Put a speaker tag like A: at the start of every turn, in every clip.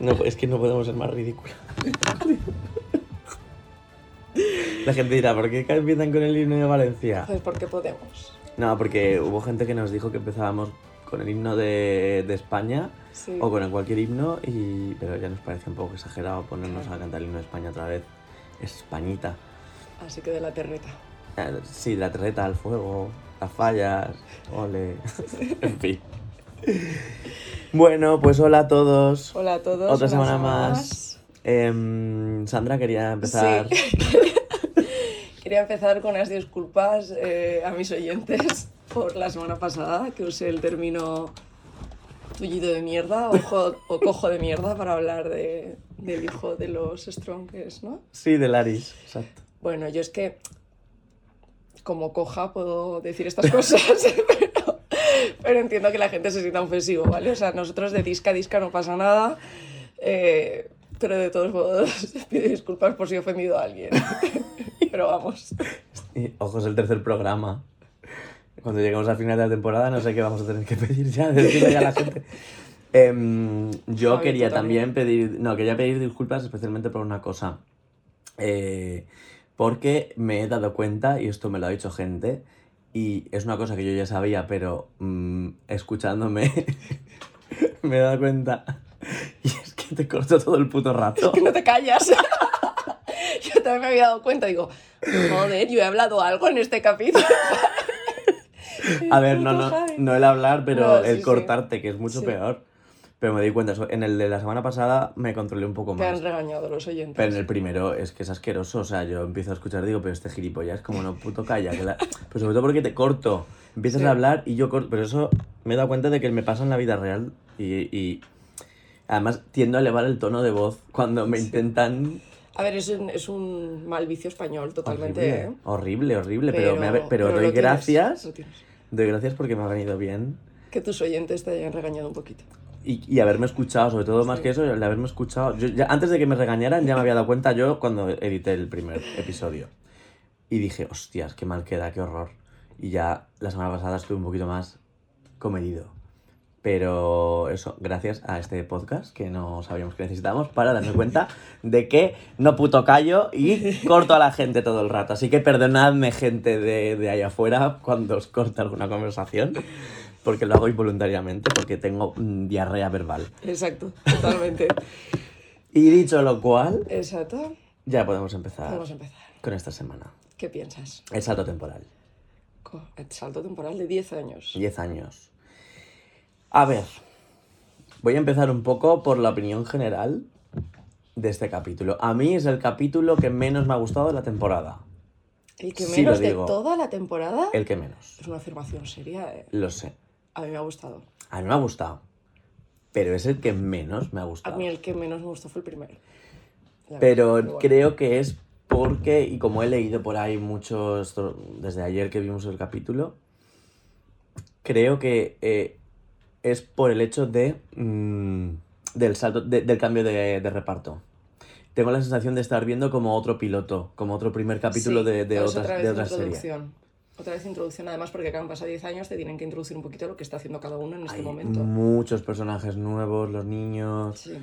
A: no- es que no podemos ser más ridículos. La gente dirá, ¿por qué empiezan con el himno de Valencia?
B: Pues porque podemos.
A: No, porque hubo gente que nos dijo que empezábamos con el himno de, de España
B: Sí.
A: o con cualquier himno, y, pero ya nos parece un poco exagerado ponernos a cantar el himno de España otra vez. Españita.
B: Así que de la terreta.
A: Ah, Sí, la terreta al fuego, las fallas, ole. en fin. Bueno, pues hola a todos.
B: Hola a todos.
A: Otra
B: una
A: semana más. Em, Sandra quería empezar.
B: Sí. Quería empezar con unas disculpas eh, a mis oyentes por la semana pasada que usé el término tullido de mierda o, jo- o cojo de mierda para hablar de- del hijo de los Strongest, ¿no?
A: Sí, de Laris, exacto.
B: Bueno, yo es que como coja puedo decir estas cosas, pero, pero entiendo que la gente se sienta ofensivo, ¿vale? O sea, nosotros de disca a disca no pasa nada, eh, pero de todos modos pido disculpas por si he ofendido a alguien. Pero vamos,
A: Y ojos, el tercer programa. Cuando lleguemos al final de la temporada, no sé qué vamos a tener que pedir ya, decirle ya a la gente. Em, yo
B: Javi,
A: quería
B: tú
A: también
B: también.
A: pedir. No, quería pedir disculpas especialmente por una cosa. Eh, porque me he dado cuenta, y esto me lo ha dicho gente, y es una cosa que yo ya sabía, pero mm, escuchándome me he dado cuenta. Y es que te corto todo el puto rato.
B: que no te callas. Yo también me había dado cuenta, digo, joder, yo he hablado algo en este capítulo. eh.
A: A ver, no, no,
B: Puto Javi.
A: no el hablar, pero
B: No, sí,
A: el
B: sí.
A: cortarte, que es mucho
B: Sí.
A: peor. Pero me di cuenta, eso- en el de la semana pasada me controlé un poco
B: Te han
A: más.
B: regañado los oyentes.
A: Pero en el primero es que es asqueroso, o sea, yo empiezo a escuchar, digo, pero este gilipollas como no puto calla. que la- Pero sobre todo porque te corto, empiezas
B: Sí.
A: a hablar y yo corto. Pero eso me he dado cuenta de que me pasa en la vida real y, y además tiendo a elevar el tono de voz cuando me intentan...
B: A ver, es un, es un mal vicio español totalmente,
A: horrible,
B: ¿eh?
A: horrible, horrible, pero, me ha- pero
B: lo
A: doy
B: tienes,
A: gracias,
B: lo tienes.
A: doy gracias porque me ha venido bien.
B: Que tus oyentes te hayan regañado un poquito.
A: Y, y haberme escuchado, sobre todo más
B: Sí.
A: que eso, el haberme escuchado. Yo ya- antes de que me regañaran, ya me había dado cuenta yo cuando edité el primer episodio. Y dije, hostias, qué mal queda, qué horror. Y ya la semana pasada estuve un poquito más comedido. Pero eso, gracias a este podcast que no sabíamos que necesitábamos para darme cuenta de que no puto callo y corto a la gente todo el rato. Así que perdonadme, gente de, de allá afuera, cuando os corta alguna conversación, porque lo hago involuntariamente, porque tengo mm, diarrea verbal.
B: Exacto, totalmente.
A: Y dicho lo cual,
B: Exacto.
A: ya podemos empezar
B: Vamos a empezar.
A: con esta semana.
B: ¿Qué piensas?
A: El salto temporal.
B: Co- el salto temporal de 10 años.
A: 10 años. A ver, voy a empezar un poco por la opinión general de este capítulo. A mí es el capítulo que menos me ha gustado de la temporada.
B: El que
A: sí lo
B: menos de
A: digo.
B: toda la temporada.
A: El que menos.
B: Es una afirmación seria. eh.
A: Lo sé.
B: A mí me ha gustado.
A: A mí me ha gustado. Pero es el que menos me ha
B: A
A: gustado.
B: mí el que menos me gustó fue el primero. La
A: Ah. Pero
B: verdad, bueno.
A: creo que es porque, y como he leído por ahí muchos, desde ayer que vimos el capítulo, creo que eh, es por el hecho de, mm, del, salto, de- del cambio de, de reparto. Tengo la sensación de estar viendo como otro piloto, como otro primer capítulo
B: Sí,
A: de, de
B: es
A: otras,
B: otra vez
A: de otra serie.
B: introducción. Otra vez introducción, además, porque claro, han pasado 10 años, te tienen que introducir un poquito lo que está haciendo cada uno en este
A: Hay
B: momento.
A: muchos personajes nuevos, los niños.
B: Sí.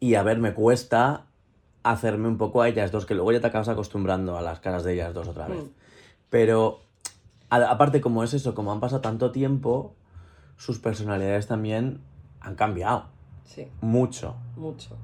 A: Y a ver, me cuesta hacerme un poco a ellas dos, que luego ya te acabas acostumbrando a las caras de ellas dos otra vez.
B: Mm.
A: Pero a- aparte, como es eso, como han pasado tanto tiempo, sus personalidades también han cambiado
B: Sí,
A: mucho.
B: mucho.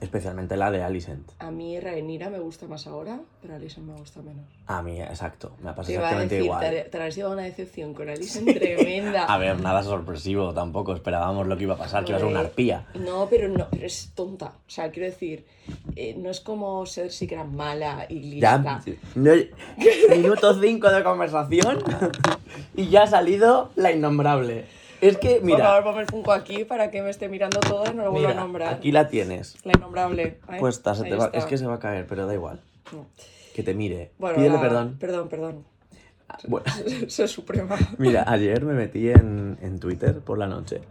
A: Especialmente la de Alicent.
B: A mí Rhaenyra me gusta más ahora, pero Alison me gusta menos.
A: A mí, exacto, me pasa
B: Te iba a
A: Pues exactamente
B: decir,
A: igual.
B: te, te habrás llevado una decepción con Alison tremenda.
A: A ver, nada sorpresivo tampoco, esperábamos lo que iba a pasar, que iba a ser una
B: Joder.
A: arpía.
B: No, pero no, pero es tonta. O sea, quiero decir, eh, no es como ser si que era mala y
A: Ya,
B: lista.
A: no- minuto 5 de conversación y ya ha salido la innombrable. Es que,
B: Por
A: mira,
B: favor, ponme el punco aquí para que me esté mirando todo y no lo vuelva a
A: mira,
B: nombrar.
A: aquí la tienes.
B: La innombrable. Ay,
A: Puesta, se
B: ahí
A: te va-
B: está.
A: es que se va a caer, pero da igual.
B: No.
A: Que te mire.
B: Bueno,
A: Pídele
B: la-
A: perdón.
B: Perdón, perdón.
A: Ah, bueno.
B: Soy suprema.
A: Mira, ayer me metí en, en Twitter por la noche.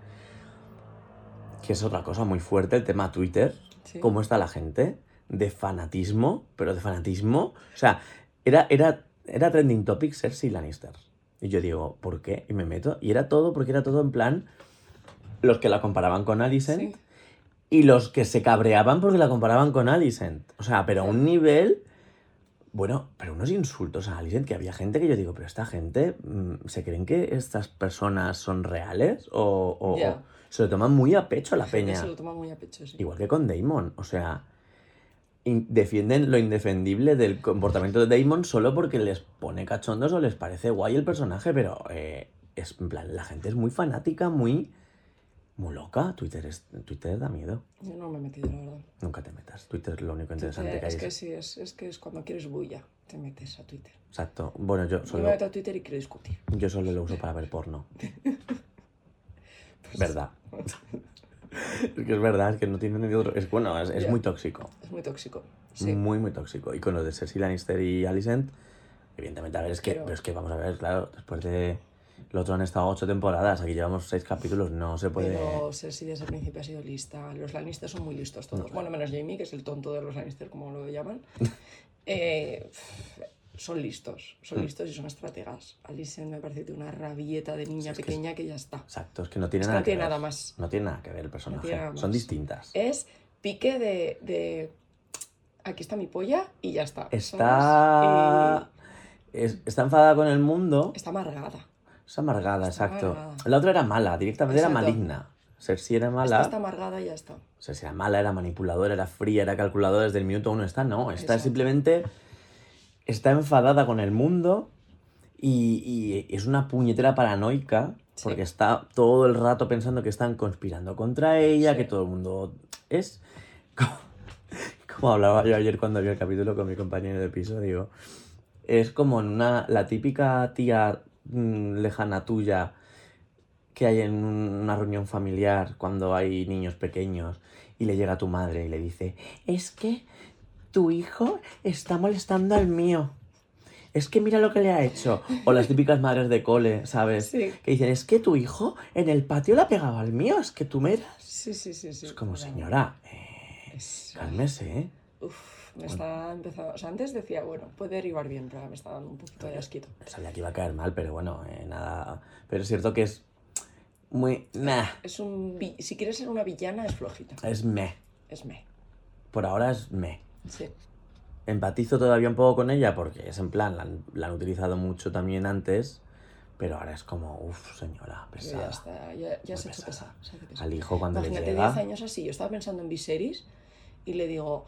A: Que es otra cosa muy fuerte el tema Twitter.
B: Sí.
A: Cómo está la gente de fanatismo, pero de fanatismo. O sea, era, era, era trending topic Cersei Lannister. Y yo digo, ¿por qué? ¿eh? Y me meto. Y era todo, porque era todo en plan. Los que la comparaban con Alicent
B: Sí.
A: y los que se cabreaban porque la comparaban con Alicent. O sea, pero a un nivel. Bueno, pero unos insultos a Alicent que había gente que yo digo, pero esta gente, mm, ¿se creen que estas personas son reales? O, o-
B: Ya.
A: o se lo toman muy a pecho a la
B: Gente
A: peña.
B: se lo toma muy a pecho, sí.
A: Igual que con Damon, o sea, in- defienden lo indefendible del comportamiento de Damon solo porque les pone cachondos o les parece guay el personaje, pero eh, es, en plan, la gente es muy fanática, muy, muy loca. Twitter, es, Twitter da miedo.
B: Yo no me he metido, la verdad.
A: Nunca te metas. Twitter es lo único interesante
B: Twitter-
A: que hay.
B: es que
A: es-
B: sí, es, es que es cuando quieres bulla, te metes a Twitter.
A: Exacto. Bueno, yo
B: Yo
A: solo,
B: me meto a Twitter y quiero discutir.
A: yo solo lo uso para ver porno.
B: Pues
A: Verdad. es que es verdad, es que no tiene ni otro... Es, bueno, es, es
B: Ya.
A: muy tóxico.
B: Es muy tóxico. Sí.
A: Muy, muy tóxico. Y con lo de Cersei Lannister y Alicent, evidentemente, a ver, es que,
B: Pero-
A: pero es que vamos a ver, claro, después de. Lo otro han estado ocho temporadas, aquí llevamos seis capítulos, no se puede.
B: Pero Cersei desde el principio ha sido lista. Los Lannister son muy listos todos.
A: Mm.
B: Bueno, menos Jamie, que es el tonto de los Lannister, como lo llaman. Eh, son listos.
A: Mm.
B: Son listos y son estrategas. Alicent me parece de una rabieta de niña
A: Sí, es que es-
B: pequeña que ya está.
A: Exacto, es que no tiene
B: Es que
A: nada
B: no
A: que
B: tiene
A: ver.
B: nada más.
A: No tiene nada que ver el personaje.
B: nada
A: Son
B: más. Eh,
A: distintas.
B: Es pique de, de, Aquí está mi polla y ya está. ¿sabes?
A: Está. es- está enfadada con el mundo.
B: Y está amargada.
A: Es amargada,
B: está
A: exacto.
B: amargada.
A: La otra era mala, directamente era
B: Exacto.
A: maligna. Cersei era mala.
B: Esta está amargada y ya está.
A: O sea, si era mala, era manipuladora, era fría, era calculadora desde el minuto uno. Está no, está
B: Exacto.
A: simplemente. Está enfadada con el mundo y, y es una puñetera paranoica
B: Sí.
A: porque está todo el rato pensando que están conspirando contra ella,
B: Sí.
A: que todo el mundo es. Como, como hablaba yo ayer cuando vi el capítulo con mi compañero de piso, digo. Es como en una, la típica tía mm, lejana tuya que hay en un- una reunión familiar cuando hay niños pequeños y le llega tu madre y le dice, es que tu hijo está molestando al mío. Es que mira lo que le ha hecho. O las típicas madres de cole, ¿sabes?
B: Sí.
A: Que dicen, es que tu hijo en el patio le ha pegado al mío, es que tú me eras.
B: Sí, sí, sí. sí.
A: Es como,
B: Pero
A: señora, eh,
B: es-
A: cálmese, ¿eh?
B: Uf, me está empezando. O sea, antes decía, bueno, puede derivar bien, pero ahora me está dando un poquito de asquito.
A: Sabía que iba a caer mal, pero bueno, eh, nada. Pero es cierto que es muy... Meh.
B: Es un. vi- Si quieres ser una villana, es flojita.
A: Es meh.
B: Es me.
A: Por ahora es meh.
B: Sí.
A: Empatizo todavía un poco con ella porque es en plan, la han, la han utilizado mucho también antes, pero ahora es como, uff, señora,
B: pero
A: pesada.
B: Ya está. Ya, ya
A: Muy
B: se ha hecho
A: pesada.
B: pesada. se hace pesada.
A: Al hijo cuando le
B: Imagínate 10
A: llega,
B: años así. Yo estaba pensando en Viserys y le digo,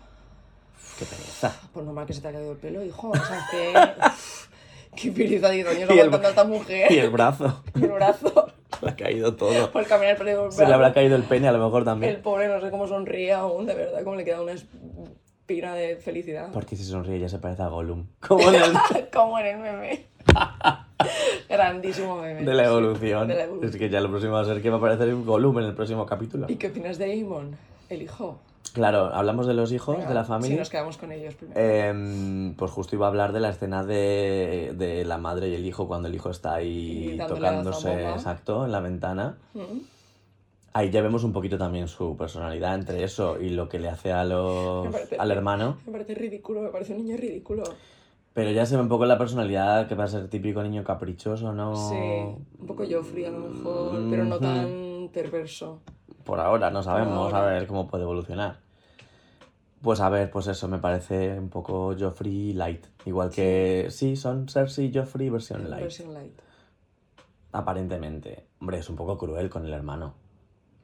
A: qué pereza.
B: por normal que se te ha caído el pelo, hijo. O sea, que. uf, Qué pereza 10 años
A: Y el-
B: aguantando a esta
A: Y
B: mujer.
A: el brazo,
B: Y el brazo.
A: le ha caído todo.
B: Por caminar perdido el
A: Se le habrá
B: brazo.
A: caído el pene a lo mejor
B: El
A: también.
B: pobre no sé cómo sonríe aún, de verdad, cómo le queda una espina de felicidad.
A: Porque si sonríe ya se parece a Gollum. Como en el-
B: Como en el meme. Grandísimo meme.
A: de la evolución.
B: De la evolución.
A: Es que ya lo próximo va a ser que va a aparecer un Gollum en el próximo capítulo.
B: ¿Y qué opinas de Damon? El hijo.
A: Claro, hablamos de los hijos,
B: Venga,
A: de la
B: Si
A: familia.
B: nos quedamos con ellos primero.
A: Em, pues justo iba a hablar de la escena de, de la madre y el hijo cuando el hijo está ahí
B: Y dándole a la
A: tocándose,
B: zambomba.
A: exacto, en la ventana.
B: Mm.
A: Ahí ya vemos un poquito también su personalidad entre eso y lo que le hace a los,
B: Me parece-
A: al hermano.
B: Me parece ridículo, me parece un niño ridículo.
A: Pero ya se ve un poco la personalidad que va a ser típico niño caprichoso, ¿no?
B: Sí, un poco Joffrey a lo mejor, pero no tan perverso.
A: Por ahora no sabemos,
B: ahora.
A: a ver cómo puede evolucionar. Pues a ver, pues eso me parece un poco Joffrey light. Igual que sí, son Cersei y Joffrey versión light.
B: Versión light.
A: Aparentemente. Hombre, es un poco cruel con el hermano.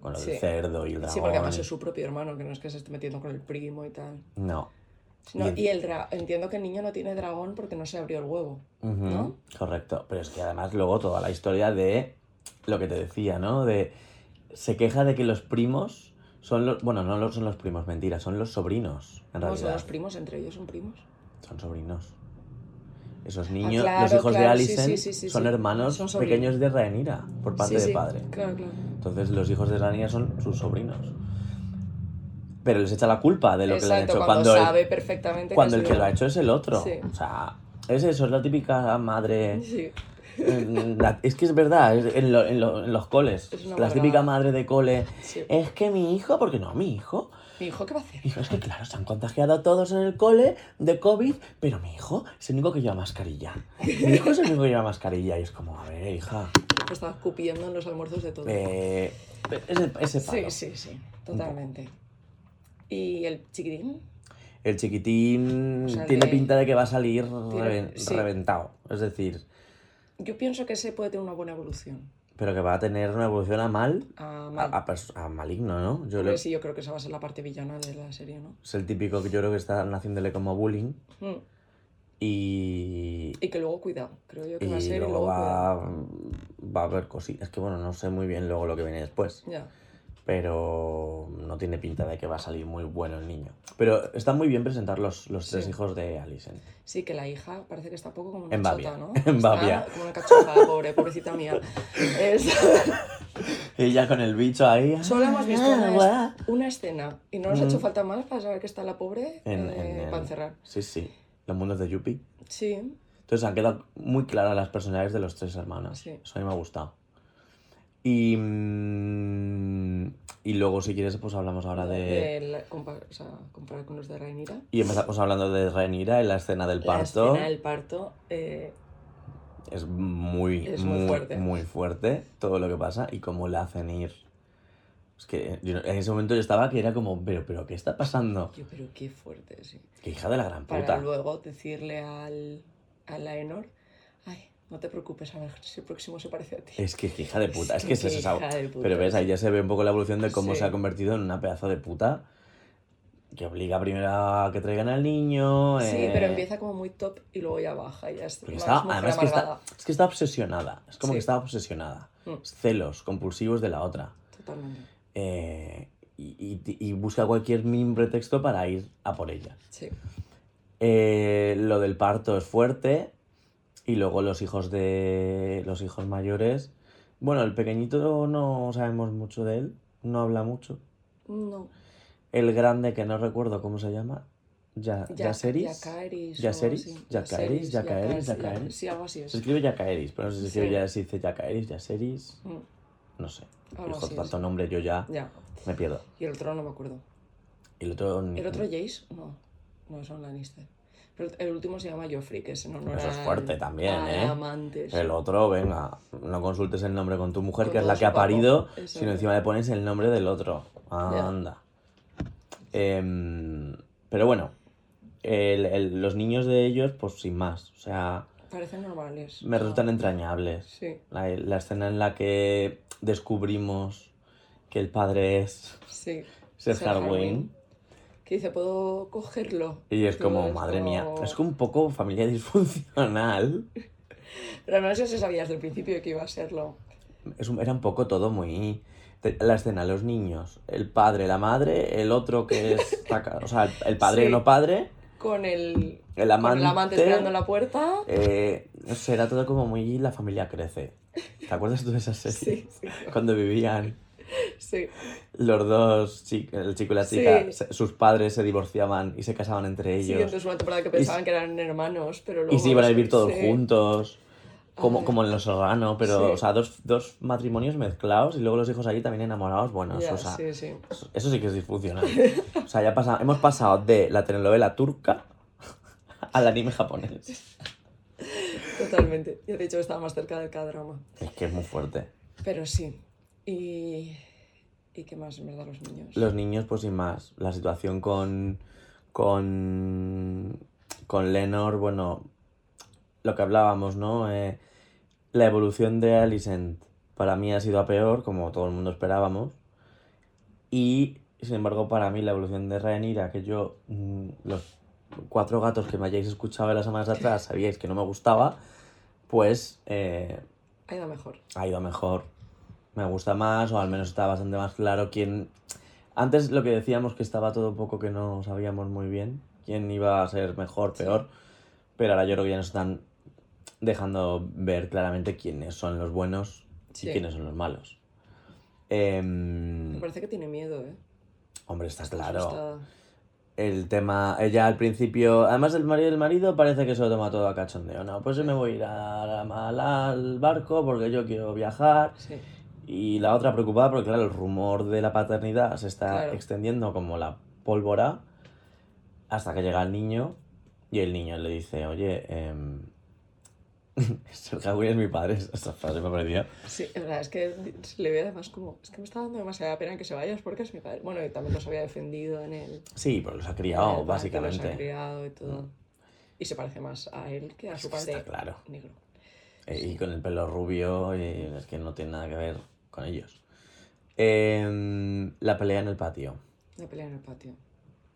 A: Con lo del
B: Sí.
A: cerdo y el dragón.
B: Sí, porque además es su propio hermano, que no es que se esté metiendo con el primo y tal.
A: No.
B: No,
A: Bien.
B: y el dra- entiendo que el niño no tiene dragón porque no se abrió el huevo.
A: Ujú,
B: ¿No?
A: Correcto. Pero es que además luego toda la historia de lo que te decía, ¿no? De se queja de que los primos son los... Bueno, no los- son los primos, mentira, son los sobrinos, en
B: No, son
A: realidad.
B: los primos, entre ellos son primos.
A: Son sobrinos. Esos niños,
B: Ah, claro,
A: los hijos de
B: claro, sí,
A: Alicent,
B: sí, sí, sí,
A: son
B: sí.
A: hermanos
B: Son sobrinos.
A: pequeños de Rhaenyra, por parte
B: Sí,
A: de
B: sí,
A: padre.
B: Claro, claro.
A: Entonces los hijos de Rania son sus sobrinos. Pero les echa la culpa de lo que le han
B: Exacto,
A: hecho.
B: cuando,
A: el-
B: sabe perfectamente
A: cuando
B: es
A: el que lo ha
B: verdad.
A: hecho es el otro.
B: Sí.
A: O sea, es eso, es la típica madre.
B: Sí,
A: eh, la- es que es verdad, es en, lo- en lo- en los coles.
B: Es una
A: La
B: amargada.
A: típica madre de cole.
B: sí.
A: Es que mi hijo, porque no, mi hijo.
B: Mi hijo, ¿qué va a hacer?
A: Hijo, es que claro, se han contagiado todos en el cole de COVID, pero mi hijo es el único que lleva mascarilla. Mi hijo es el único que lleva mascarilla. Y es como, a ver, hija.
B: Estaba escupiendo en los almuerzos de todo.
A: eh, ese, ese palo.
B: sí, sí, sí, totalmente. ¿Y el chiquitín?
A: El chiquitín
B: O sea,
A: tiene
B: de-
A: pinta de que va a salir reven-
B: sí.
A: reventado. Es decir,
B: Yo pienso que ese puede tener una buena evolución.
A: pero que va a tener una evolución a mal,
B: Ah,
A: a,
B: mal.
A: a pers- a maligno, ¿no? Yo
B: Hombre,
A: le-
B: sí, yo creo que esa va a ser la parte villana de la serie, ¿no?
A: Es el típico que yo creo que están haciéndole como bullying
B: Mm.
A: y,
B: Y que luego cuidado, creo yo que va a
A: y
B: ser ¿eh? y
A: luego
B: luego cuidado.
A: va, va a haber cositas. Es que bueno, no sé muy bien luego lo que viene después,
B: Ya.
A: pero no tiene pinta de que va a salir muy bueno el niño. Pero está muy bien presentar los, los tres
B: Sí.
A: hijos de Alison.
B: Sí, que la hija parece que está un poco como una
A: En babia,
B: chota, ¿no?
A: en
B: Está
A: babia.
B: Como una cachota, pobre, pobrecita mía. Es-
A: Ella con el bicho ahí.
B: Solo hemos visto una,
A: guau.
B: es- una escena y no nos ha hecho falta más para saber que está la pobre
A: En-
B: eh,
A: en el-
B: para encerrar.
A: Sí, sí. Los mundos de Yuppie.
B: Sí,
A: Entonces han quedado muy claras las personalidades de los tres hermanos.
B: Sí.
A: Eso a mí me ha gustado. Y, mm, y luego, si quieres, pues hablamos ahora de...
B: de la- compa- o sea, comparar con los de Rhaenyra.
A: Y empezamos hablando de Renira y la escena del parto.
B: La escena del parto, eh,
A: Es muy,
B: Es muy
A: muy, muy fuerte.
B: fuerte.
A: todo lo que pasa y cómo la hacen ir. Es que yo no- en ese momento yo estaba que era como, pero, pero, ¿qué está pasando?
B: yo, pero qué fuerte, sí.
A: Que hija de la gran
B: Para
A: puta.
B: luego decirle al, a Laenor, ay, no te preocupes, a ver si el próximo se parece a ti.
A: Es que qué hija de puta, es que es
B: qué
A: esa-
B: hija de puta,
A: Pero ves, ahí
B: sí.
A: ya se ve un poco la evolución de cómo
B: Sí.
A: se ha convertido en una pedazo de puta que obliga primero a que traigan al niño.
B: Sí,
A: eh,
B: pero empieza como muy top y luego ya baja, ya es
A: porque
B: más
A: está-
B: mujer
A: además que está,
B: amargada.
A: es que está obsesionada, es como
B: Sí.
A: que está obsesionada.
B: Mm.
A: Celos compulsivos de la otra.
B: Totalmente,
A: eh, y, y- y busca cualquier mínimo pretexto para ir a por ella.
B: sí.
A: Eh, lo del parto es fuerte. Y luego los hijos de. los hijos mayores. Bueno, el pequeñito no sabemos mucho de él. No habla mucho.
B: No,
A: El grande, que no recuerdo cómo se llama. Ya, Yaceris.
B: Yacaeris.
A: Yaceris, Yacaeris, Yacaeris, Yacaeris.
B: Sí, algo así es.
A: Se escribe Yacaeris, pero no sé si se
B: Sí.
A: escribe ya, si dice Yacaeris, Yaceris.
B: Mm,
A: No sé.
B: Algo
A: Hijo,
B: así
A: tanto nombre yo ya
B: es. Ya.
A: me pierdo.
B: Y el otro no me acuerdo.
A: El otro. ni-
B: ¿El otro Jace? No, no son Lannister. Pero el último se llama Joffrey, que es en honor
A: Eso es
B: al-
A: fuerte también,
B: al
A: ¿eh?
B: amante, sí.
A: El otro, venga, no consultes el nombre con tu mujer,
B: Con
A: que es
B: todo
A: la
B: su
A: que ha
B: papá.
A: parido,
B: Exacto.
A: sino encima le pones el nombre del otro.
B: Ya.
A: Anda. Em, pero bueno, el- el- los niños de ellos, pues sin más. O sea,
B: Parecen normales.
A: me
B: o sea,
A: resultan entrañables.
B: Sí,
A: La, la escena en la que descubrimos que el padre es
B: sí.
A: Seth
B: Seth Harwin.
A: Harwin.
B: Que dice, ¿puedo cogerlo?
A: Y es como,
B: Todo
A: madre mía, es
B: como...
A: como un poco familia disfuncional.
B: Pero no sé si sabías desde el principio que iba a serlo.
A: Es un- era un poco todo muy... te- La escena, los niños, el padre, la madre, el otro que es... taca- o sea, el- el padre
B: Sí.
A: no padre,
B: Con el...
A: el amante...
B: Con el amante esperando en la puerta.
A: eh, no sé, era todo como muy... La familia crece. ¿Te acuerdas tú de esa serie?
B: Sí, sí,
A: Cuando vivían
B: sí.
A: los dos, chi- el chico y la chica,
B: Sí.
A: se- sus padres se divorciaban y se casaban entre
B: Sí,
A: ellos.
B: entonces una temporada que
A: Y
B: pensaban
A: s-
B: que eran hermanos, pero luego...
A: y se iban a vivir todos
B: sí.
A: juntos. Como,
B: Ay.
A: como en Los Serrano, pero,
B: Sí.
A: o sea, dos, dos matrimonios mezclados y luego los hijos ahí también enamorados. Bueno,
B: Ya,
A: eso, o sea,
B: sí, sí.
A: Eso- Pues Eso sí que es disfuncional. O sea, ya pasa- hemos pasado de la telenovela turca al anime japonés.
B: Totalmente. Yo de hecho estaba más cerca del K-drama.
A: Es que es muy fuerte.
B: Pero sí. Y... ¿Y qué más, en verdad, los niños?
A: Los niños, pues sin más. La situación con. con. con Lenor, bueno. Lo que hablábamos, ¿no? Eh, la evolución de Alicent para mí ha sido a peor, como todo el mundo esperábamos. Y, sin embargo, para mí la evolución de Rhaenyra, que yo, mm, los cuatro gatos que me hayáis escuchado de las semanas atrás sabíais que no me gustaba, pues eh,
B: Ha ido mejor.
A: ha ido mejor. Me gusta más, o al menos está bastante más claro quién... Antes lo que decíamos que estaba todo un poco que no sabíamos muy bien quién iba a ser mejor,
B: Sí.
A: peor, pero ahora yo creo que ya nos están dejando ver claramente quiénes son los buenos
B: Sí.
A: y quiénes son los malos. Em,
B: Me parece que tiene miedo, ¿eh?
A: hombre, está
B: Está
A: claro.
B: asustada.
A: El tema, ella al principio, además el marido del marido parece que se lo toma todo a cachondeo, ¿no? Pues yo me voy a ir a- a- al, al barco porque yo quiero viajar.
B: Sí.
A: Y la otra preocupada porque, claro, el rumor de la paternidad se está
B: Claro.
A: extendiendo como la pólvora hasta que llega el niño y el niño le dice, oye, em, Sergio es mi padre, esa frase me ha parecido.
B: Sí, es verdad, es que le veo además como, es que me está dando demasiada pena que se vayas porque es mi padre. Bueno, y también los había defendido en el...
A: Sí, porque los ha
B: en
A: criado,
B: el parque,
A: básicamente.
B: Los ha criado y todo. Y se parece más a él que a su
A: Está
B: padre
A: claro.
B: negro.
A: Eh, Y con el pelo rubio, y es que no tiene nada que ver con ellos. Em, la pelea en el patio.
B: La pelea en el patio.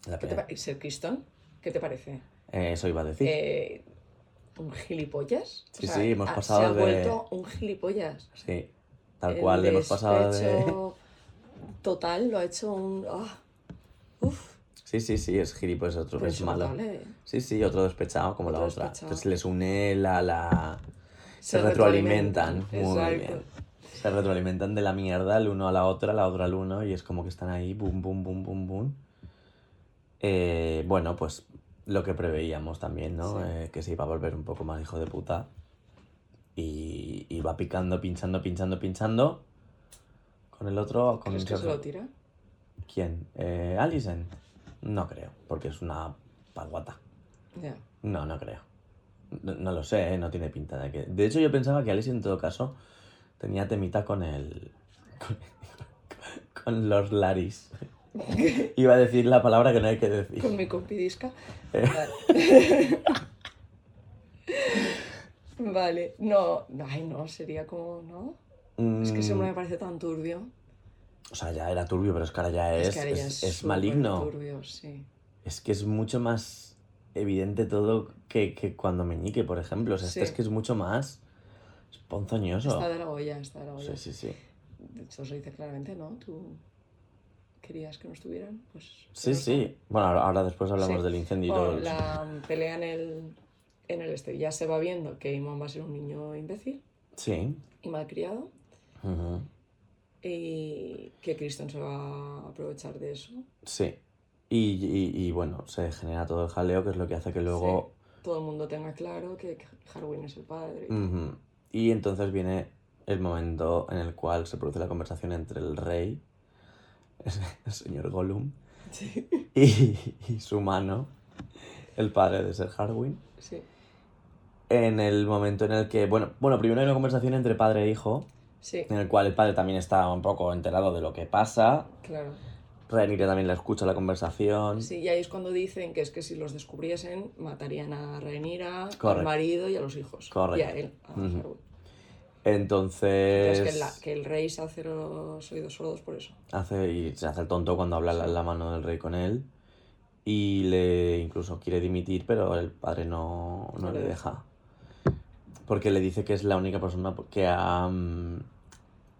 A: La
B: ¿Qué te
A: pelea.
B: pa- ¿Y Sir Criston? ¿Qué te parece?
A: Eh, eso iba a decir.
B: Eh, ¿Un gilipollas?
A: Sí, sí, hemos
B: ha-
A: pasado
B: Se ha
A: de-
B: vuelto un gilipollas.
A: sí, tal
B: El
A: cual hemos pasado de...
B: despecho Total, lo ha hecho un... ah, uf,
A: Sí, sí, sí, es gilipollas, otro,
B: pero
A: es malo.
B: insoportable, ¿eh?
A: Sí, sí, otro despechado como la
B: Otro
A: otra.
B: despechado.
A: Entonces les une la... la... Se,
B: Se
A: retroalimentan.
B: retroalimentan,
A: Muy
B: exacto.
A: bien. Se retroalimentan de la mierda el uno a la otra, la otra al uno, y es como que están ahí, boom, boom, boom, boom, boom. Eh, bueno, pues lo que preveíamos también, ¿no?
B: Sí.
A: Eh, que se iba a volver un poco más hijo de puta. Y, y va picando, pinchando, pinchando, pinchando. Con el otro, con
B: ¿Crees que se
A: Sergio-
B: lo tira?
A: ¿Quién? Eh, ¿Alison? No creo, porque es una paguata.
B: Ya.
A: No, no creo. No, no lo sé, ¿eh? no tiene pinta de que. De hecho, yo pensaba que Alice en todo caso tenía temita con el. con, con los laris. Iba a decir la palabra que no hay que
B: Con
A: decir.
B: mi compidisca.
A: Eh.
B: Vale. Vale, no, ay no, sería como, ¿no? Es que siempre me
A: Mm,
B: parece tan turbio.
A: O sea, ya era turbio, pero es que ahora ya es.
B: que ahora ya
A: es- es
B: súper
A: maligno.
B: Turbio, sí.
A: Es que es mucho más evidente todo que, que cuando Meñique, por ejemplo. O sea, este
B: Sí.
A: es que es mucho más. Es ponzoñoso.
B: Está de la olla, está de la
A: Sí,
B: olla.
A: sí, sí.
B: Eso se dice claramente, ¿no? Tú querías que no estuvieran, pues...
A: Sí,
B: pero está.
A: sí. Bueno, ahora, ahora después hablamos
B: Sí.
A: del incendio. y
B: Bueno,
A: todo eso.
B: la pelea en el, en el este. Ya se va viendo que Iman va a ser un niño imbécil
A: Sí.
B: y malcriado.
A: Ujú.
B: Y que Kristen se va a aprovechar de eso.
A: Sí. Y, y- y, bueno, se genera todo el jaleo, que es lo que hace que luego.
B: Todo el mundo tenga claro que Harwin es el padre.
A: Ujú. Y entonces viene el momento en el cual se produce la conversación entre el rey, el señor Gollum,
B: Sí,
A: y, y su mano, el padre de Ser Harwin.
B: sí,
A: En el momento en el que. Bueno, bueno, primero hay una conversación entre padre e hijo,
B: sí,
A: en el cual el padre también está un poco enterado de lo que pasa.
B: claro.
A: Rhaenyra también la escucha la conversación.
B: Sí, y ahí es cuando dicen que es que si los descubriesen matarían a Rhaenyra,
A: Correcto.
B: al marido y a los hijos.
A: Correcto. Mm-hmm.
B: Y a él, a
A: Ujú.
B: Harwin.
A: Entonces.
B: Es que, la- que el rey se hace los oídos sordos por eso.
A: Hace, y se hace el tonto cuando habla la, la mano del rey con él. Y le incluso quiere dimitir, pero el padre no, no
B: No
A: le
B: le
A: deja. Porque le dice que es la única persona que ha, mm,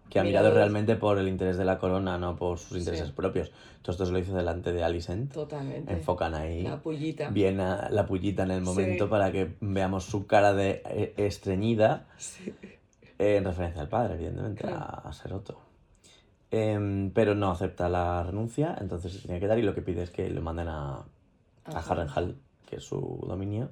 A: que ha mirado
B: Mirado desde-
A: realmente por el interés de la corona, no por sus
B: Sí.
A: intereses propios. Todo esto se lo hizo delante de Alicent.
B: Totalmente.
A: Enfocan ahí
B: La pullita.
A: bien a la pullita en el
B: Sí.
A: momento para que veamos su cara de eh, estreñida.
B: Sí.
A: Eh, en referencia al padre, evidentemente,
B: Claro.
A: a, a Seroto. Em, pero no acepta la renuncia, entonces se tiene que dar y lo que pide es que lo manden a, a
B: Ajá.
A: Harrenhal, que es su dominio.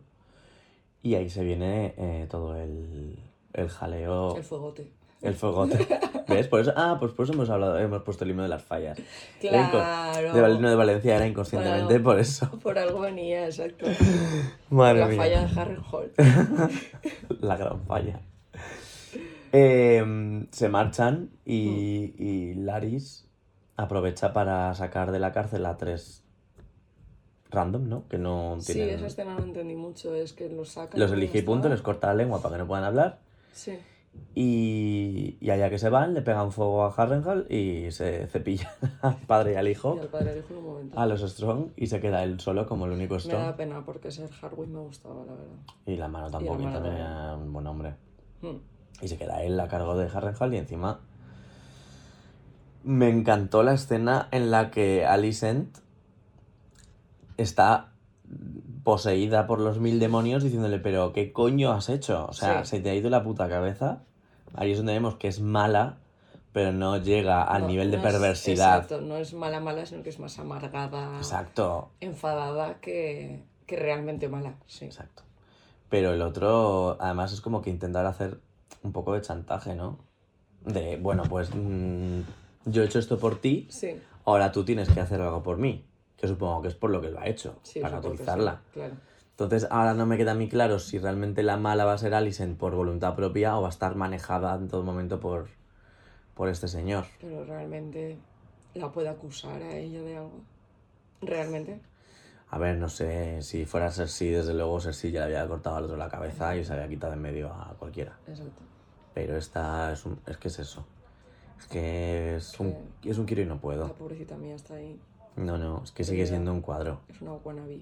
A: Y ahí se viene eh, todo el, el jaleo,
B: El fuegote.
A: el fogote. ¿Ves? Por eso, ah, pues por eso hemos, hablado, hemos puesto el himno de las fallas. Era inco-
B: Claro.
A: de- El himno de Valencia era inconscientemente
B: Claro.
A: por eso.
B: Por algo venía, exacto.
A: Madre
B: La
A: mía.
B: falla de Harrenhal.
A: La gran falla. Em, se marchan y,
B: Mm.
A: y Laris aprovecha para sacar de la cárcel a tres random, ¿no? Que no
B: Sí,
A: tienen...
B: esa escena no entendí mucho. Es que los sacan.
A: Los
B: ¿no?
A: elige y
B: ¿Estaba?
A: punto, les corta la lengua para que no puedan hablar.
B: Sí.
A: Y, y allá que se van, le pegan fuego a Harrenhal y se cepillan al padre y al
B: Y
A: hijo,
B: al padre dijo en un momento.
A: a los Strong, y se queda él solo como el único
B: Me da
A: Strong.
B: pena porque ser Harwin me gustaba, la verdad.
A: Y la mano tampoco, y
B: mano
A: también
B: también.
A: era un buen hombre.
B: Hmm.
A: Y se queda él a cargo de Harrenhal y encima me encantó la escena en la que Alicent está poseída por los mil demonios diciéndole, pero ¿qué coño has hecho? O sea,
B: Sí.
A: se te ha ido la puta cabeza. Ahí es donde vemos que es mala, pero no llega al
B: No,
A: nivel de
B: no es-
A: perversidad.
B: exacto, no es mala mala, sino que es más amargada,
A: exacto.
B: enfadada que, que realmente mala. Sí.
A: Exacto. Pero el otro, además, es como que intentar hacer un poco de chantaje, ¿no? De, bueno, pues mm, yo he hecho esto por ti,
B: Sí,
A: ahora tú tienes que hacer algo por mí. Que supongo que es por lo que lo ha hecho,
B: sí,
A: para
B: supongo que sí,
A: utilizarla.
B: claro.
A: Entonces ahora no me queda a mí claro si realmente la mala va a ser Alison por voluntad propia o va a estar manejada en todo momento por, por este señor.
B: Pero realmente la puede acusar a ella de algo. ¿Realmente?
A: A ver, no sé, si fuera Cersei, desde luego Cersei ya le había cortado al otro la cabeza y se había quitado de en medio a cualquiera.
B: Exacto.
A: Pero esta es, un, es que es eso. Es que es un, es un quiero y no
B: La
A: puedo.
B: pobrecita mía está ahí.
A: No, no, es que sigue siendo un cuadro.
B: Es una wannabe.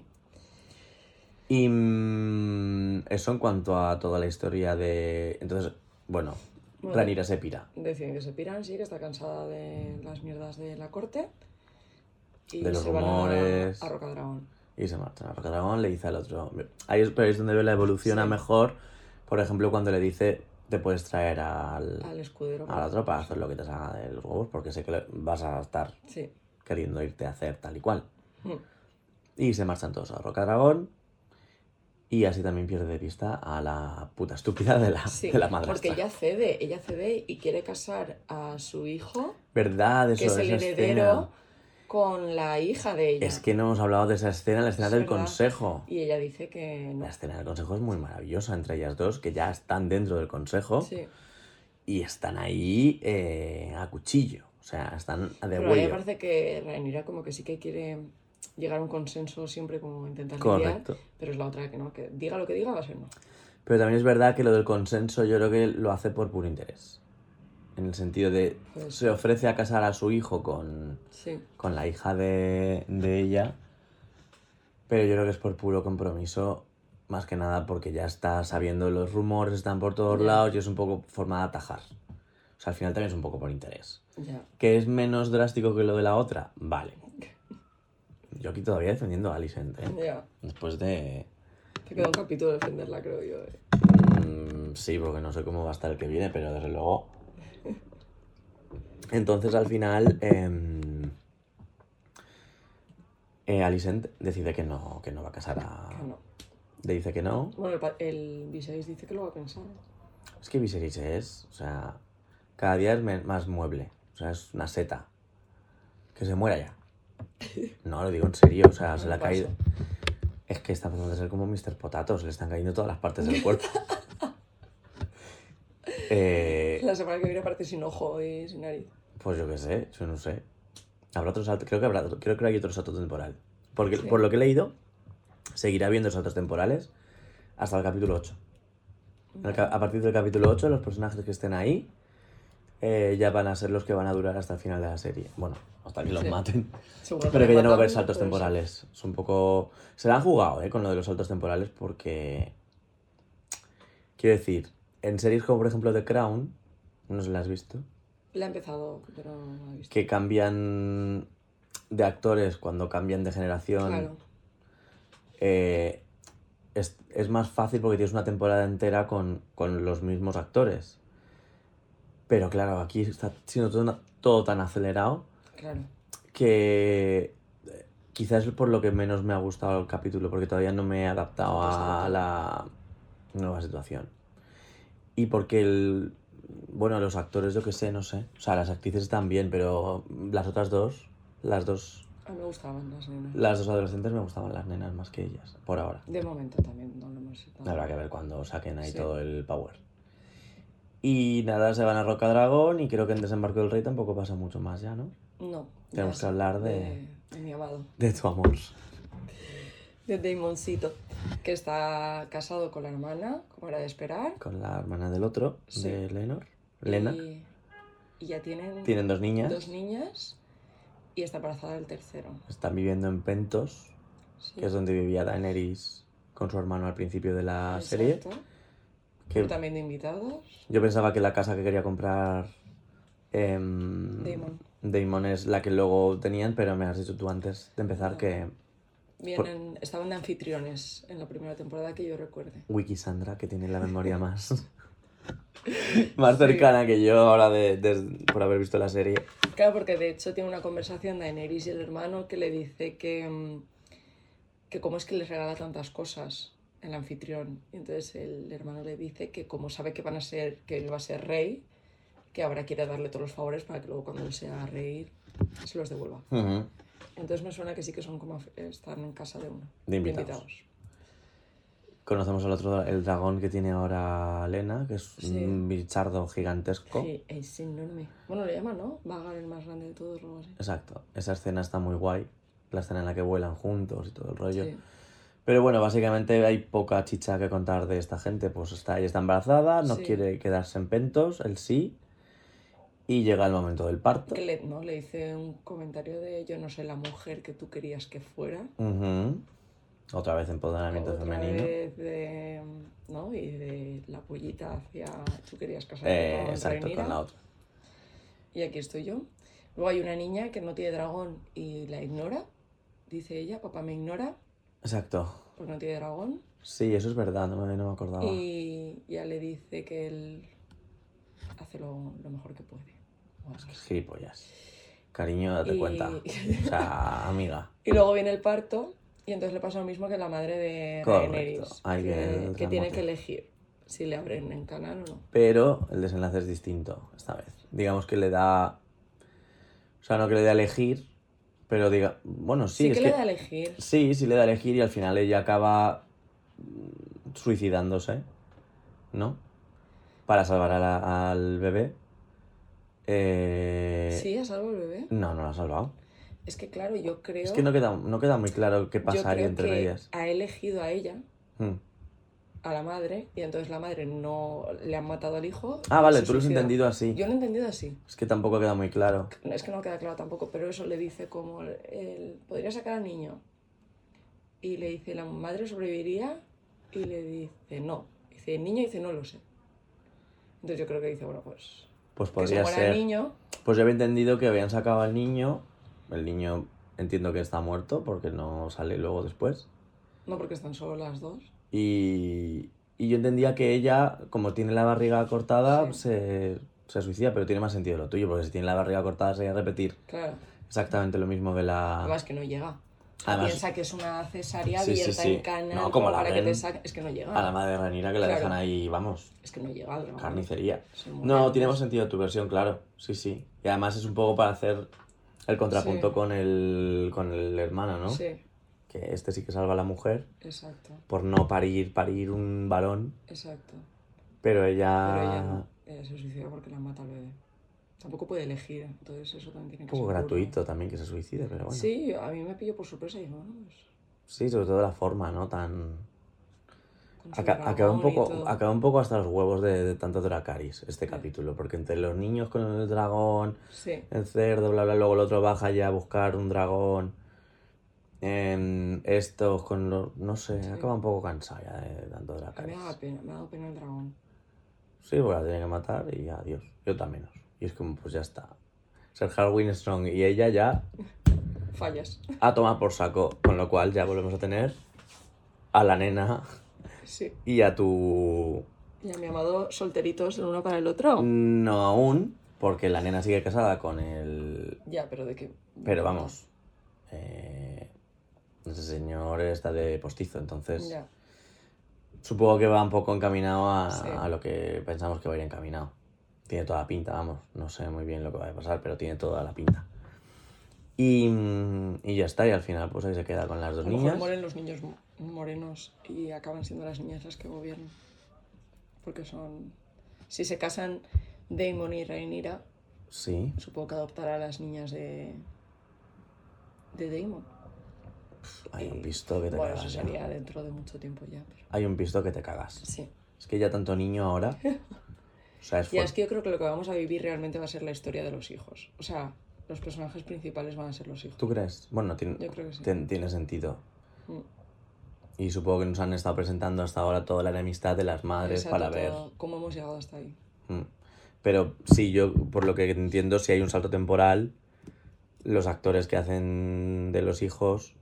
A: Y mm, eso en cuanto a toda la historia de... Entonces, bueno,
B: Bueno.
A: Ranira se pira.
B: Deciden que se piran, sí, que está cansada de las mierdas de la corte. Y
A: De los
B: se van a-
A: rumores.
B: A, Rocadragón.
A: Y se marcha. a Rocadragón le dice al otro. Ahí es, pero ahí es donde ve la evolución a
B: Sí.
A: mejor. Por ejemplo, cuando le dice, te puedes traer al,
B: Al escudero.
A: a la tropa a hacer lo que te salga de los huevos, porque sé que le- vas a estar
B: Sí.
A: queriendo irte a hacer tal y cual.
B: Mm.
A: Y se marchan todos a Rocadragón. Y así también pierde de vista a la puta estúpida de la,
B: Sí,
A: de la madrastra.
B: porque ella cede, ella cede y quiere casar a su hijo,
A: ¿Verdad? Eso,
B: que es el
A: esa
B: heredero,
A: escena.
B: con la hija de ella.
A: Es que no hemos hablado de esa escena, la escena
B: Es
A: del
B: verdad.
A: consejo.
B: Y ella dice que no.
A: La escena del consejo es muy maravillosa entre ellas dos, que ya están dentro del consejo
B: Sí.
A: y están ahí eh, a cuchillo. O sea, están de
B: Pero a mí me
A: huello.
B: parece que Rhaenyra como que sí que quiere llegar a un consenso siempre como intentar lidiar,
A: Correcto.
B: pero es la otra que no, que diga lo que diga va a ser no.
A: Pero también es verdad que lo del consenso yo creo que lo hace por puro interés. En el sentido de
B: Pues-
A: se ofrece a casar a su hijo con,
B: Sí.
A: con la hija de, de ella. Pero yo creo que es por puro compromiso, más que nada porque ya está sabiendo los rumores, están por todos
B: Ya.
A: lados y es un poco forma de atajar. O sea, al final también es un poco por interés.
B: Ya.
A: ¿Que es menos drástico que lo de la otra? Vale. Yo aquí todavía defendiendo a Alicent, ¿eh?
B: Ya.
A: Después de...
B: Te queda un capítulo de defenderla, creo yo. eh.
A: Mm, sí, porque no sé cómo va a estar el que viene, pero desde luego. Entonces al final. em, eh, Alicent decide que no, que no va a casar a.
B: Que no.
A: Le dice que no.
B: Bueno, el, pa- el Viserys dice que lo va a pensar.
A: Es que Viserys es. O sea. Cada día es me- más mueble. O sea, es una seta. Que se muera ya. No, lo digo en serio. O sea, se le ha
B: Paso.
A: caído. Es que está empezando a ser como Mr. Potato. Se le están cayendo todas las partes del cuerpo. eh,
B: La semana que viene aparte sin ojo y sin nariz.
A: Pues yo qué sé, yo no sé. Habrá otro salto, creo que habrá, creo que hay otro salto temporal. Porque
B: Sí.
A: por lo que he leído, seguirá habiendo saltos temporales hasta el capítulo 8. En el ca- a partir del capítulo 8, los personajes que estén ahí eh, ya van a ser los que van a durar hasta el final de la serie. Bueno, hasta que los
B: Sí.
A: maten.
B: Seguro
A: Pero que ya no va a haber
B: matan,
A: saltos
B: pero sí.
A: temporales. Es un poco. Se la han jugado, ¿eh? Con lo de los saltos temporales, porque. Quiero decir, en series como por ejemplo The Crown, no sé si la has visto
B: La he empezado, pero no la he visto.
A: que cambian de actores cuando cambian de generación,
B: Claro.
A: eh, es, es más fácil porque tienes una temporada entera con, con los mismos actores. Pero claro, aquí está siendo todo, una- todo tan acelerado
B: Claro.
A: que eh, quizás es por lo que menos me ha gustado el capítulo, porque todavía no me he adaptado a la nueva situación. Y porque el... Bueno, los actores, yo que sé, no sé. O sea, las actrices están bien, pero las otras dos, las dos,
B: A mí me gustaban las nenas.
A: las dos adolescentes me gustaban las nenas más que ellas, por ahora.
B: De momento también no lo hemos
A: Habrá que ver cuando saquen ahí
B: Sí.
A: todo el power. Y nada, se van a Roca Dragón y creo que en Desembarco del Rey tampoco pasa mucho más ya, ¿no?
B: No.
A: Tenemos
B: ya
A: que
B: sé,
A: hablar de-
B: de mi amado.
A: De tu amor.
B: De Damoncito. Que está casado con la hermana, como era de esperar.
A: con la hermana del otro,
B: Sí.
A: de Lenor. Lena.
B: Y, y ya tienen
A: Tienen dos niñas.
B: dos niñas y está embarazada del tercero.
A: Están viviendo en Pentos,
B: Sí.
A: que es donde vivía Daenerys con su hermano al principio de la
B: Exacto.
A: serie. Que
B: Pero También de invitados.
A: yo pensaba que la casa que quería comprar em,
B: Daemon.
A: Daemon es la que luego tenían, pero me has dicho tú antes de empezar
B: No.
A: que
B: Vienen, Estaban de anfitriones en la primera temporada que yo recuerde.
A: Wikisandra, que tiene la memoria más, más
B: Sí.
A: cercana que yo ahora de- des- por haber visto la serie.
B: Claro, porque de hecho tiene una conversación de Daenerys y el hermano que le dice que, mm, que cómo es que les regala tantas cosas el anfitrión. Y entonces el hermano le dice que como sabe que van a ser, que él va a ser rey, que ahora quiere darle todos los favores para que luego cuando él sea rey se los devuelva.
A: Ujú.
B: Entonces me suena que sí que son como anf- están en casa de uno.
A: De invitados. Conocemos al otro, el dragón que tiene ahora Lena, que es
B: Sí.
A: un bichardo gigantesco.
B: Sí, es enorme. Bueno, lo llaman, ¿no? Vagar el más grande de todos, o algo así.
A: Exacto. Esa escena está muy guay. La escena en la que vuelan juntos y todo el rollo.
B: Sí.
A: Pero bueno, básicamente hay poca chicha que contar de esta gente. Pues está, ella está embarazada, no
B: Sí.
A: quiere quedarse en pentos, él sí. Y llega el momento del parto.
B: Que le, ¿no? le hice un comentario de yo no sé la mujer que tú querías que fuera.
A: Ujú. Otra vez empoderamiento
B: Otra
A: femenino.
B: vez de, ¿no? Y de la pollita hacia tú querías casarte
A: Eh,
B: con
A: exacto,
B: Rhaenyra,
A: con la otra.
B: Y aquí estoy yo. Luego hay una niña que no tiene dragón y la ignora. Dice ella, papá me ignora
A: Exacto.
B: porque no tiene dragón.
A: Sí, eso es verdad, no me, no me acordaba.
B: Y ya le dice que él hace lo, lo mejor que puede. O
A: Es
B: algo
A: que
B: así.
A: gilipollas. Cariño, date
B: Y-
A: cuenta. O sea, amiga.
B: Y luego viene el parto y entonces le pasa lo mismo que la madre de
A: Correcto.
B: Daenerys,
A: Hay que
B: que, que tiene
A: transmutar.
B: que elegir si le abren en canal o no.
A: Pero el desenlace es distinto esta vez. Digamos que le da. O sea, no que le dé a elegir, pero diga. Bueno, sí,
B: Sí,
A: es
B: que
A: que.
B: le da a elegir.
A: Sí, sí le da a elegir y al final ella acaba mm, suicidándose, ¿no? Para salvar a la- al bebé. Eh,
B: Sí, a salvo el bebé.
A: No, no la ha salvado.
B: Es que claro, yo creo,
A: Es que no queda, no queda muy claro qué
B: yo
A: pasa ahí
B: creo
A: entre
B: que
A: ellas.
B: ha elegido a ella,
A: Mm.
B: a la madre, y entonces la madre no le han matado al hijo.
A: Ah,
B: y
A: vale,
B: se
A: tú lo has
B: suicida.
A: entendido así.
B: Yo lo he entendido así.
A: Es que tampoco queda muy claro.
B: No, es que no queda claro tampoco, pero eso le dice como, el, podría sacar al niño. Y le dice, ¿la madre sobreviviría? Y le dice, no. Dice, ¿el niño? dice, no lo sé. Entonces yo creo que dice, bueno, pues
A: Pues
B: que se
A: podría
B: muera
A: ser.
B: el niño.
A: Pues yo había entendido que habían sacado al niño. El niño entiendo que está muerto porque no sale luego después.
B: No porque están solo las dos.
A: Y, y yo entendía que ella, como tiene la barriga cortada,
B: Sí.
A: se, se suicida, pero tiene más sentido lo tuyo, porque si tiene la barriga cortada sería repetir
B: Claro.
A: exactamente lo mismo que la...
B: Además que no llega.
A: Ah. Además-
B: Piensa que es una cesárea
A: Sí, sí,
B: abierta
A: sí.
B: en canal
A: No, como la
B: para que
A: ven.
B: te saquen. Es que no llega.
A: A la madre de Ranira que la
B: Claro.
A: dejan ahí, vamos,
B: Es que no pues. llega al dragón.
A: carnicería.
B: Se muere.
A: No, tiene más sentido tu versión, claro. Sí, sí. Y además es un poco para hacer el contrapunto
B: Sí.
A: con, el, con el hermano, ¿no?
B: Sí,
A: Que este sí que salva a la mujer
B: exacto,
A: por no parir, parir un varón,
B: exacto.
A: pero ella...
B: Pero ella
A: Ah.
B: no. Ella se suicida porque la mata al bebé. Tampoco puede elegir, entonces eso también tiene
A: Un
B: que
A: poco
B: ser duro.
A: gratuito también que se suicide, pero bueno.
B: Sí, a mí me pilló por sorpresa y dije, bueno, pues,
A: Sí, sobre todo la forma, ¿no? Tan...
B: con su
A: Aca- acaba,
B: dragón
A: un
B: y
A: poco,
B: todo.
A: acaba un poco hasta los huevos de, de tanto Dracaris este
B: Ya.
A: capítulo, porque entre los niños con el dragón,
B: Sí,
A: el cerdo, bla, bla, luego el otro baja ya a buscar un dragón, em, estos con los... no sé,
B: Sí.
A: acaba un poco cansado ya de tanto
B: a mí me
A: Dracaris.
B: daba pena, me ha dado pena el dragón.
A: Sí, porque la tiene que matar y adiós, yo también. Y es como, pues ya está. Ser Harwin Strong y ella ya
B: Fallas.
A: a tomar por saco, con lo cual ya volvemos a tener a la nena
B: Sí.
A: y a tu...
B: Y a mi amado solteritos el uno para el otro.
A: Mm. No aún, porque la nena sigue casada con el...
B: Ya, pero de qué.
A: Pero vamos, eh, ese señor está de postizo, entonces
B: Ya.
A: supongo que va un poco encaminado a,
B: Sí.
A: a lo que pensamos que va a ir encaminado. Tiene toda la pinta, vamos, no sé muy bien lo que va a pasar, pero tiene toda la pinta. Y, mm, y ya está, y al final pues ahí se queda con las
B: A
A: dos
B: lo mejor
A: niñas.
B: mueren los niños mo- morenos y acaban siendo las niñas las que gobiernan. Porque son. Si se casan Damon y Rhaenyra,
A: Sí,
B: supongo que adoptará a las niñas de. de Damon.
A: hay
B: Y-
A: un pisto que te
B: Bueno, eso
A: cagas. ya.
B: sería dentro de mucho tiempo ya, pero.
A: Hay un pisto que te cagas.
B: Sí.
A: Es que ya tanto niño ahora. O sea, es
B: Ya
A: fuerte.
B: es que yo creo que lo que vamos a vivir realmente va a ser la historia de los hijos. O sea, los personajes principales van a ser los hijos.
A: ¿Tú crees? Bueno, tiene,
B: Yo creo que sí.
A: ten- tiene sentido.
B: Mm.
A: Y supongo que nos han estado presentando hasta ahora toda la enemistad de las madres
B: Exacto,
A: para ver.
B: todo, cómo hemos llegado hasta ahí.
A: Mm. Pero sí, yo por lo que entiendo, si hay un salto temporal, los actores que hacen de los hijos,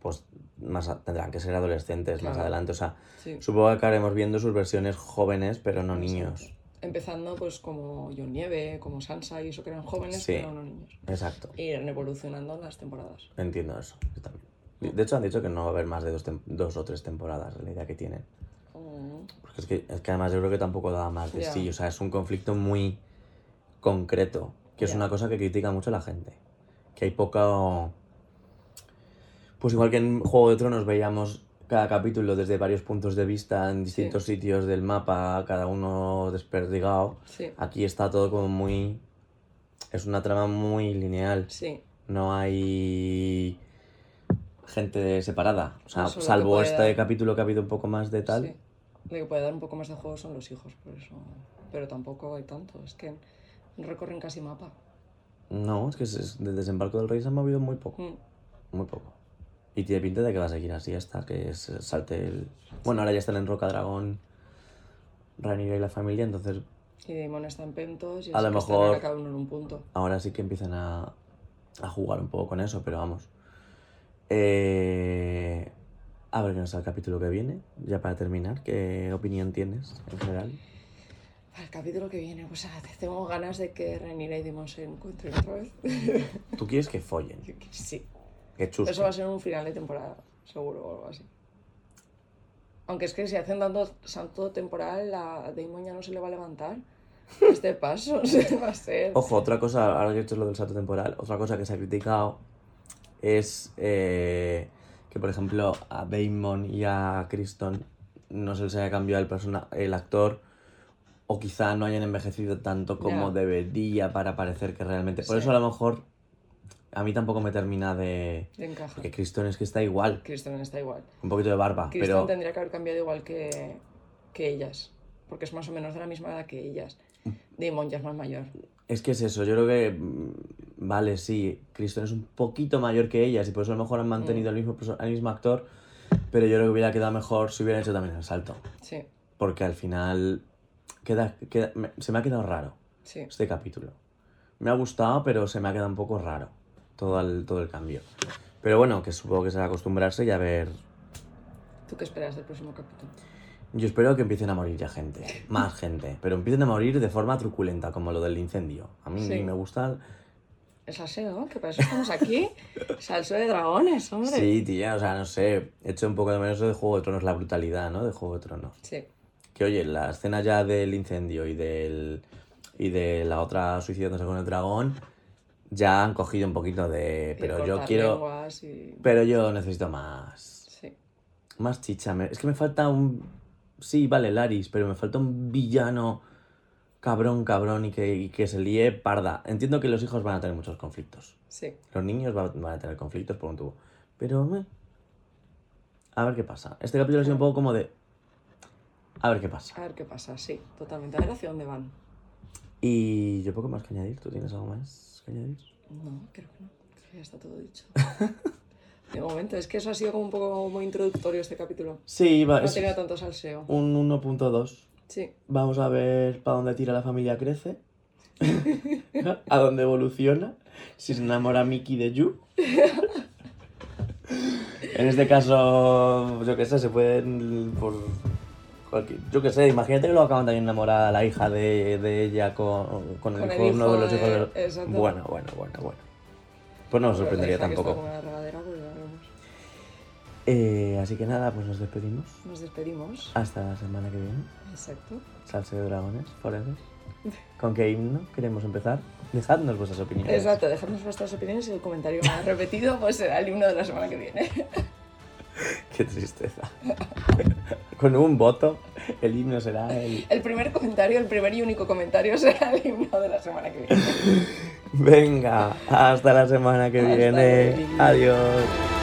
A: pues más a- tendrán que ser adolescentes más
B: Claro.
A: adelante. O sea,
B: Sí.
A: supongo que acabaremos viendo sus versiones jóvenes, pero no
B: Exacto.
A: niños.
B: Empezando pues como John Nieve, como Sansa y eso que eran jóvenes,
A: Sí.
B: pero no niños.
A: Exacto.
B: Y irán evolucionando las temporadas.
A: Entiendo eso, yo también. De- De hecho, han dicho que no va a haber más de dos, tem- dos o tres temporadas, en la idea que tienen.
B: Mm,
A: Porque es que, es que además yo creo que tampoco da más de
B: Ya.
A: sí. O sea, es un conflicto muy concreto, que es
B: Ya.
A: una cosa que critica mucho la gente. Que hay poca... Pues igual que en Juego de Tronos veíamos cada capítulo desde varios puntos de vista en distintos sitios del mapa, cada uno desperdigado.
B: Sí,
A: Aquí está todo como muy... Es una trama muy lineal.
B: sí.
A: No hay gente separada. O sea,
B: No, solo te
A: salvo
B: puede
A: este
B: dar-
A: capítulo que ha habido un poco más de tal.
B: Sí. Lo que puede dar un poco más de juego son los hijos, por eso. Pero tampoco hay tanto, es que no recorren casi mapa.
A: No, es que se- es- del desembarco del rey se ha movido muy poco.
B: Mm,
A: Muy poco. Y tiene pinta de que va a seguir así hasta que se salte el. Bueno, ahora ya están en Roca Dragón. Ranira y la familia, entonces
B: Y Damon está en Pentos y
A: A lo
B: Jessica está en
A: mejor-
B: Ana, cada uno en un punto.
A: ahora sí que empiezan a, a jugar un poco con eso, pero vamos. Eh, a ver qué nos da el capítulo que viene, ya para terminar. ¿Qué opinión tienes en general?
B: Para el capítulo que viene, pues ah, tengo ganas de que Renira y Damon se encuentren otra vez.
A: Tú quieres que follen,
B: sí.
A: que chusquen.
B: Eso va a ser un final de temporada, seguro, o algo así. Aunque es que si hacen tanto salto temporal, a Damon ya no se le va a levantar. Este paso se va a ser.
A: Ojo, otra cosa, ahora que he hecho lo del salto temporal, otra cosa que se ha criticado es eh, que, por ejemplo, a Damon y a Criston no se les haya cambiado el, persona, el actor o quizá no hayan envejecido tanto como
B: Ya.
A: debería para parecer que realmente... Por
B: Sí.
A: eso a lo mejor a mí tampoco me termina de...
B: Le encaja.
A: Porque Criston es que está igual,
B: Kristen está igual.
A: un poquito de barba,
B: Kristen
A: pero
B: tendría que haber cambiado igual que, que ellas. Porque es más o menos de la misma edad que ellas.
A: Mm.
B: Damon ya es más mayor.
A: es que es eso, yo creo que... mm, Vale, sí, Criston es un poquito mayor que ellas y por eso a lo mejor han mantenido el, mismo, perso- el mismo actor, pero yo creo que hubiera quedado mejor si hubieran hecho también el salto.
B: Sí,
A: Porque al final queda, queda- me- se me ha quedado raro
B: sí.
A: este capítulo. Me ha gustado, pero se me ha quedado un poco raro todo el, todo el cambio. Pero bueno, que supongo que será acostumbrarse y a ver.
B: ¿Tú qué esperas del próximo capítulo?
A: Yo espero que empiecen a morir ya gente, más gente, pero empiecen a morir de forma truculenta, como lo del incendio. A mí
B: Sí.
A: me gusta.
B: Es aseo, que para eso estamos aquí. Salso de dragones, hombre.
A: Sí, tía, o sea, no sé. He hecho un poco de menos eso de Juego de Tronos, la brutalidad, ¿no? De Juego de Tronos.
B: Sí.
A: Que oye, la escena ya del incendio y del. y de la otra suicidándose con el dragón. Ya han cogido un poquito de.
B: Y
A: Pero yo
B: cortar
A: quiero.
B: lenguas y-
A: Pero yo necesito más.
B: Sí.
A: Más chicha. me- es que me falta un. Sí, vale, Laris, pero me falta un villano cabrón, cabrón y que, y que se líe parda. Entiendo que los hijos van a tener muchos conflictos.
B: Sí,
A: Los niños va- van a tener conflictos por un tubo. Pero. meh. a ver qué pasa. Este capítulo ha sido un poco como de. A ver qué pasa.
B: a ver qué pasa, sí, totalmente. A ver hacia dónde van.
A: Y yo poco más que añadir. ¿Tú tienes algo más que añadir?
B: No, creo que no, creo que ya está todo dicho. De momento, es que eso ha sido como un poco muy introductorio este capítulo.
A: Sí, va,
B: No ha
A: Ah, es
B: tenido tanto salseo.
A: un 1.2.
B: Sí,
A: Vamos a ver para dónde tira la familia crece. a dónde evoluciona. Si se enamora Mickey de Yu. en este caso, yo qué sé, se pueden. Por cualquier- yo qué sé, imagínate que lo acaban también enamorada la hija de, de ella con, con el
B: Con el
A: hijo, uno de
B: hijo
A: los hijos.
B: de-
A: de-
B: exacto.
A: Bueno, bueno, bueno, bueno. Pues no me sorprendería
B: Pero la hija que
A: tampoco.
B: está con la regadera, pues ya veremos.
A: Eh, así que nada, pues nos despedimos.
B: Nos despedimos.
A: Hasta la semana que viene.
B: Exacto.
A: Salseo de Dragones, forever. ¿Con qué himno queremos empezar? Dejadnos vuestras opiniones.
B: Exacto, dejadnos vuestras opiniones y el comentario más repetido pues será el himno de la semana que viene.
A: Qué tristeza. Con un voto, el himno será el...
B: El primer comentario, el primer y único comentario será el himno de la semana que viene.
A: Venga, hasta la semana que
B: Hasta
A: viene.
B: luego.
A: Adiós.